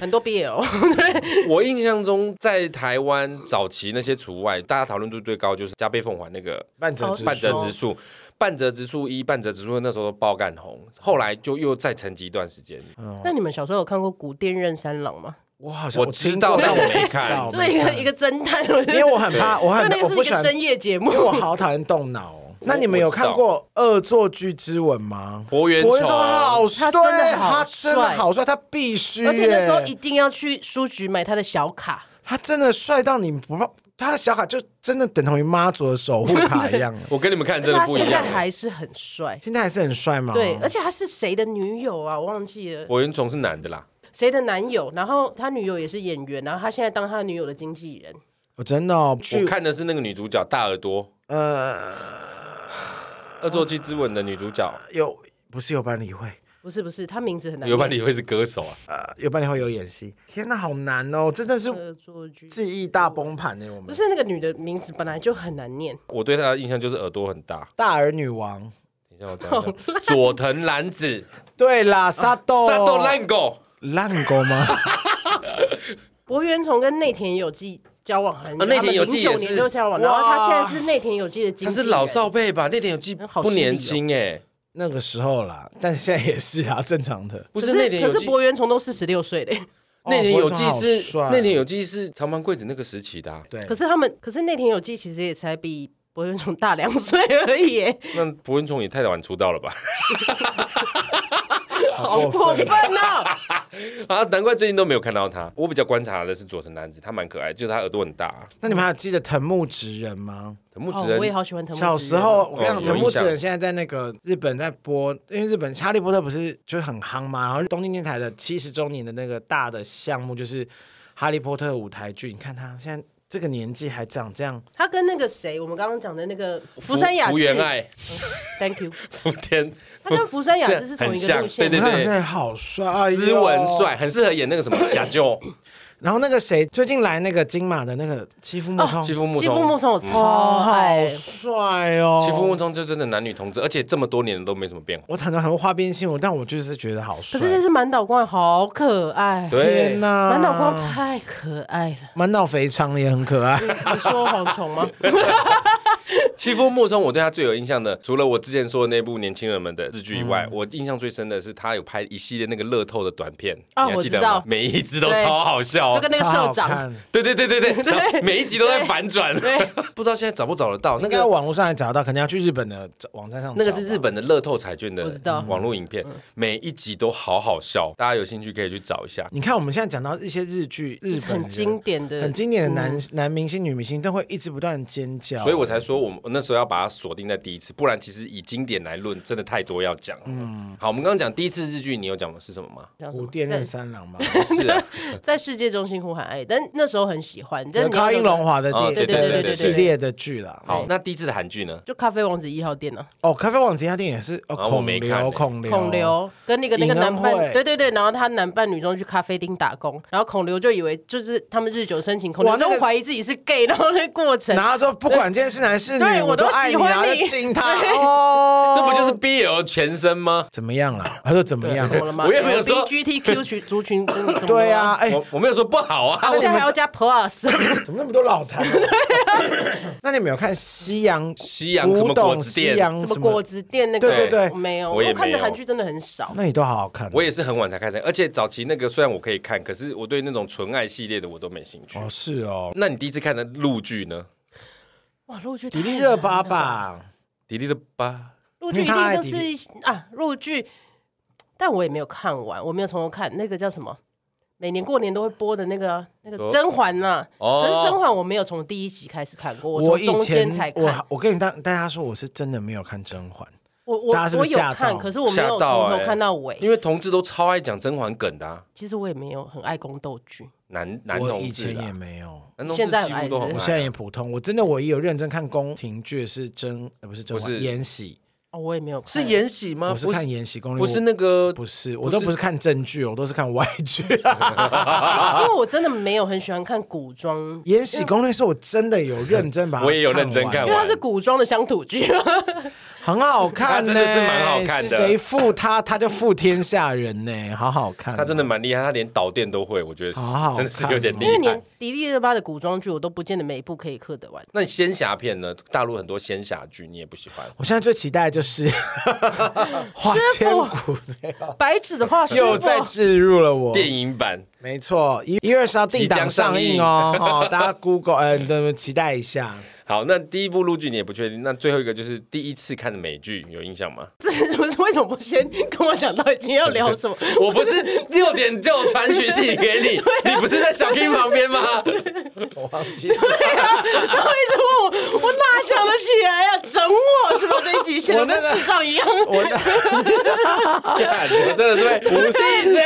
C: 很多 BL
B: 我印象中，在台湾早期那些除外，大家讨论度最高就是加倍奉还那个
A: 半折直
C: 指数
B: 半折指数。半折指数一，半折指数那时候都爆干红，后来就又再沉寂一段时间。
A: 嗯
C: 那你们小时候有看过《古殿任三郎》吗？
A: 我好像
B: 我知
A: 听
B: 道
A: 过但
B: 但我
A: 我
B: 没
A: 没看，
B: 看
C: 这是一个一个侦探，我觉
A: 因
C: 得
A: 为我很怕，哦我很
C: 那个
A: 我
C: 是
A: 不
C: 一
A: 喜
C: 个
A: 欢
C: 深夜节目
A: 因为。我好讨厌动脑、哦。那你们有看过《恶作剧之吻》吗？
B: 博元
A: 我就
B: 崇
A: 说好帅，
C: 他真的好
A: 他真的
C: 帅
A: 好帅，他必须耶。
C: 而且那时候一定要去书局买他的小卡，
A: 他真的帅到你不怕，他的小卡就真的等同于妈祖的守护卡一样。
B: 我跟你们看
C: 而且
B: 真的
C: 他
B: 不一
C: 现在
B: 样。
C: 还是很帅。
A: 现在还是很帅
B: 哦
A: 吗？
C: 对，而且他是谁的女友啊？我忘记了，
B: 博元崇是男的啦，
C: 谁的男友？然后他女友也是演员，然后他现在当他女友的经纪人。
A: 我真的哦，去
B: 我看的是那个女主角大耳朵，
A: 呃
B: 《恶作剧之吻》的女主角。
A: 有不是有班理会，
C: 不是不是，他名字很难念。
B: 有伴你会是歌手啊？
A: 呃，有班理会有演戏。天哪，好难哦，这真的是
C: 恶作剧
A: 记忆大崩盘欸呢。我
C: 呃不
A: 们
C: 是那个女的名字本来就很难念，
B: 我对她的印象就是耳朵很大。
A: 大儿女王，
B: 等一下，我等一
C: 哦
B: 下。佐藤蓝子，
A: 对
C: 啊
A: 啦，沙豆
B: 三豆烂狗，
A: 烂狗吗？
C: 博元崇跟内田有纪交往很久，
B: 啊内田有纪
C: 九
B: 也是
C: 年就交往，然后
A: 哇
C: 他现在是内田有纪的经
B: 她
C: 纪
B: 是
C: 人，
B: 老少配吧？那点有记
C: 好哦
B: 不年轻哎，
A: 那个时候啦，但现在也是啊，正常的。
B: 不
C: 可
B: 是
C: 是
B: 那点有
C: 可
B: 记
C: 是，博元崇都四十六岁嘞，
B: 那点有记
A: 哦博元
B: 是
A: 崇好帅
B: 那点有记是长盘贵子那个时期的啊。
A: 对，
C: 可是他们，可是内田有纪其实也才比博元崇大两岁而已耶，
B: 那博文崇也太晚出道了吧？
A: 好
C: 好过分啊！
B: 啊，难怪最近都没有看到他。我比较观察的是佐藤男子，他蛮可爱，就是他耳朵很大。啊
A: 那你们还有记得藤木直人吗？
B: 藤木直
C: 哦，
B: 人
C: 我也好喜欢藤木直人
A: 小时候，我跟你
B: 哦
A: 讲，
B: 有
A: 藤木
B: 印
A: 直
B: 象
A: 人现在在那个日本在播，因为日本《哈利波特》不是就是很夯嘛，然后东京电台的七十周年的那个大的项目就是《哈利波特》舞台剧，你看他现在这个年纪还长这样，
C: 他跟那个谁，我们刚刚讲的那个福
B: 福
C: 山雅
B: 福
C: 治
B: 原爱、
C: ，Thank you，
B: 福田
C: 他跟福山雅治是同一个路
B: 对
C: 线
A: 你
B: 很
C: 吗。
A: 看他
B: 像
A: 现在好帅，哎呦哦
B: 斯文。帅，很适合演那个什么 假舅
A: 然后那个谁，最近来那个金马的那个欺负木通，
B: 欺负木
C: 欺负木
B: 冲。
C: 松
A: 哦，
C: 我超
A: 好
C: 爱，
A: 帅哦，
B: 欺负木冲就真的男女同志，而且这么多年都没什么变化。
A: 我坦白很多花边新闻，但我就是觉得好
C: 可
A: 帅。
C: 是这是满岛光，好可爱。
B: 对
A: 天哪，
C: 满岛光太可爱了。
A: 满脑肥肠的也很可爱。
C: 你说蝗虫吗？
B: 欺负木冲，我对他最有印象的，除了我之前说的那部年轻人们的日剧以
C: 嗯
B: 外，我印象最深的是他有拍一系列那个乐透的短片，
C: 哦
B: 你还记得
C: 我知道
B: 吗？每一支都
C: 对
B: 超好笑，
C: 就跟那个
A: 超好
C: 社长，
A: 看，
B: 对对对对 对，
C: 对
B: 然后每一集都在反转，
C: 对
B: 不知道现在找不找得到那
A: 应该
B: 个。
A: 网络上还找得到，可能要去日本的网站上。
B: 那个是日，本的乐透彩券的
C: 我知道嗯
B: 网络影片，每一集都好好笑，大家有兴趣可以去找一下。
A: 你看我们现在讲到一些日剧，日本人
C: 很经典的，
A: 很经典的男男明星、女明星都会一直不断尖叫，
B: 所以我才说，我们我那时候要把它锁定在第一次，不然其实以经典来论，真的太多要讲。嗯，好，我们刚刚讲第一次日剧，你有讲的是什么 吗？
C: 这样子
A: 古
C: 吗
A: 殿
C: 在
A: 任三郎 嘛，
B: 是啊，
C: 在世界中心呼喊爱，但那时候很喜欢。但
A: 就是 是
C: 你要
A: 靠
C: 怎
A: 英
C: 么
A: 龙华的
B: 哦
A: 电
B: 对对对对对
A: 系列的剧啦。
B: 好，那第一次的韩剧呢？
C: 就咖啡王子一号店啊，
A: 哦，咖啡王子一家店也是哦，
B: 啊我
A: 孔
B: 没看欸
A: 刘孔刘
C: 孔。刘跟那个那个
A: 尹恩
C: 男
A: 惠
C: 伴，对对对，然后他男扮女装去咖啡厅打工，然后孔刘就以为就是他们日久生情，孔
A: 哇
C: 刘
A: 那个
C: 都怀疑自己是 gay，然后那过程
A: 然后说不管今天是男是女，
C: 对我
A: 都
C: 都
A: 爱
C: 喜欢
A: 然后
C: 你
A: 就亲他 哦，
B: 这不就是 BL 前身吗？
A: 怎么样啦？ 他说怎么
C: 对
A: 样啊
C: 怎？么了吗？
B: 我也没有说
C: B G T Q 群族群，跟你怎么了
A: 对啊，，哎，
B: 我我没有说不好啊，
C: 而且
B: 我
C: 还要加 plus，
A: 怎么那么多老坛、哦 那你们有看西洋
B: 西洋什
A: 古
B: 么果
A: 董
B: 子
A: 西
B: 店？
A: 洋
C: 什么果？子店那个，
A: 对
B: 对
A: 对
C: 没有，
B: 我也没有
C: 看的韩剧真的很少。
A: 那你都好好看。
B: 我也是很晚才开始，而且早期那个虽然我可以看，可是我对那种纯爱系列的我都没兴趣。
A: 哦，是哦，
B: 那你第一次看的陆剧呢？
C: 哇，陆剧
A: 迪丽
C: 太
A: 热
C: 难
A: 巴
C: 了，
A: 吧？
B: 迪丽的吧？
C: 陆剧一
A: 你看
C: 定
A: 爱
C: 都
A: 迪
C: 是啊，陆剧，但我也没有看完，我没有从头看那个叫什么，每年过年都会播的那个啊那个
B: 说
C: 《甄嬛》呐。可是《甄
B: 哦，
C: 嬛》我没有从第一集开始看过，
A: 我
C: 从
A: 以
C: 中
A: 前
C: 间才看。
A: 我我跟你大大家说，我是真的没有看《甄嬛》，
C: 我我
A: 大家是不
C: 我
A: 是
C: 有
A: 吓到
C: 看，可是我没
B: 吓
C: 有从
B: 到
C: 头
B: 欸
C: 看到尾。
B: 因为同志都超爱讲甄嬛梗的、啊，
C: 其实我也没有很爱宫斗剧，
B: 男男
A: 我以
B: 同志
A: 前也
B: 啊，
A: 没有。
B: 男同志几乎都很爱啊、
A: 我现在也普通，我真的我也有认真看宫廷剧，是甄呃不是甄
B: 不是
A: 嬛，延禧，
C: 哦，我也没有看。
B: 是延禧吗？
A: 我是看《延禧攻略》，
B: 不是那个
A: 我不是，我都不是看正剧，我都是看外剧。啊
B: 啊
C: 因为我真的没有很喜欢看古装
A: 《。延禧攻略》是我真的有认真把它
B: 我也有认真看
A: 完
C: 因为它是古装的乡土剧，
A: 很好看、
B: 他
A: 呢，
B: 真的是蛮好看的
A: 谁负他，他就负天下人呢、好好看、
B: 他真的。蛮厉害，他连导电都会，我觉得
A: 好好看
B: 真的是有点
A: 哦
B: 厉
C: 因为
B: 害
C: 连。迪丽热巴的古装剧我都不见得每一部可以刻得完。
B: 那你仙侠片呢？大陆很多仙侠剧你也不喜欢，
A: 我现在最期待的就是 花千骨
C: 白纸的话，师
A: 又
C: 傅
A: 再置入了我。
B: 电影版
A: 没错，一一月十号定档上映哦，哦，大家 Google 呃，你们期待一下。
B: 好，那第一部陆剧你也不确定，那最后一个就是第一次看的美剧，有印象吗？
C: 为什么不先跟我讲到底今天要聊什么？ 啊
B: 我不是六点就传讯息给你，你不是在小 K 旁边 吗？
A: 我忘记了，
C: 然后一直问我，我哪想得起来呀、整我是吧？这一集显得跟智障一 样。
A: 我那
B: 干我真的是被不是人，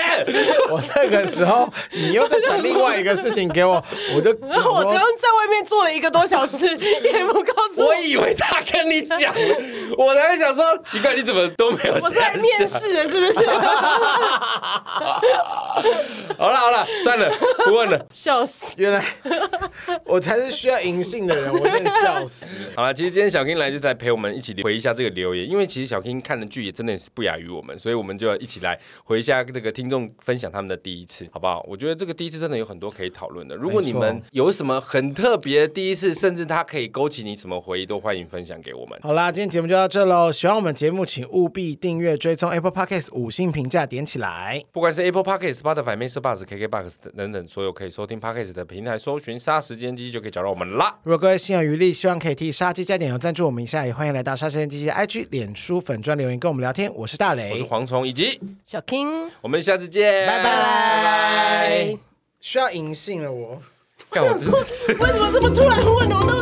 A: 我那个时候，你又在传另外一个事情给我，我就
C: 然后我刚
A: 说
C: 刚在外面坐了一个多小时，也不告诉
B: 我以为他跟你讲，我才会想说奇怪，你怎么都没有
C: 我在
B: 想
C: 面试的，是 不是？
B: 好了好了，算了，不问了。
C: 笑死！
A: 原来 我才是需要银杏的人，我真的笑死。
B: 好了，其实今天小 King 来就在陪我们一起回一下这个留言，因为其实小 King 看的剧也真的是不亚于我们，所以我们就要一起来回一下这个听众分享他们的第一次，好不好？我觉得这个第一次真的有很多可以讨论的。如果你
A: 没错
B: 们有什么很特别的第一次，甚至它可以以勾起你什么回忆，都欢迎分享给我们。
A: 好啦，今天节目就到这喽。喜欢我们节目，请务必订阅、追踪 Apple Podcast 五星评价点起来。
B: 不管是 Apple Podcast、Spotify、Mr. Bus、KKBox 等等所有可以收听 Podcast 的平台，搜寻“杀时间机”就可以找到我们啦。
A: 如果各位心有余力，希望可以替杀鸡加点油赞助我们一下，也欢迎来到杀时间机器的 IG、脸书粉专留言跟我们聊天。我是大
B: 我是
A: 雷，
B: 蝗虫，以及
C: 小 King，
B: 我们下次见，
A: 拜拜
B: 拜拜。
A: 需要银杏了我。
B: 干我真的是。
C: 为什么这么突然问我那么？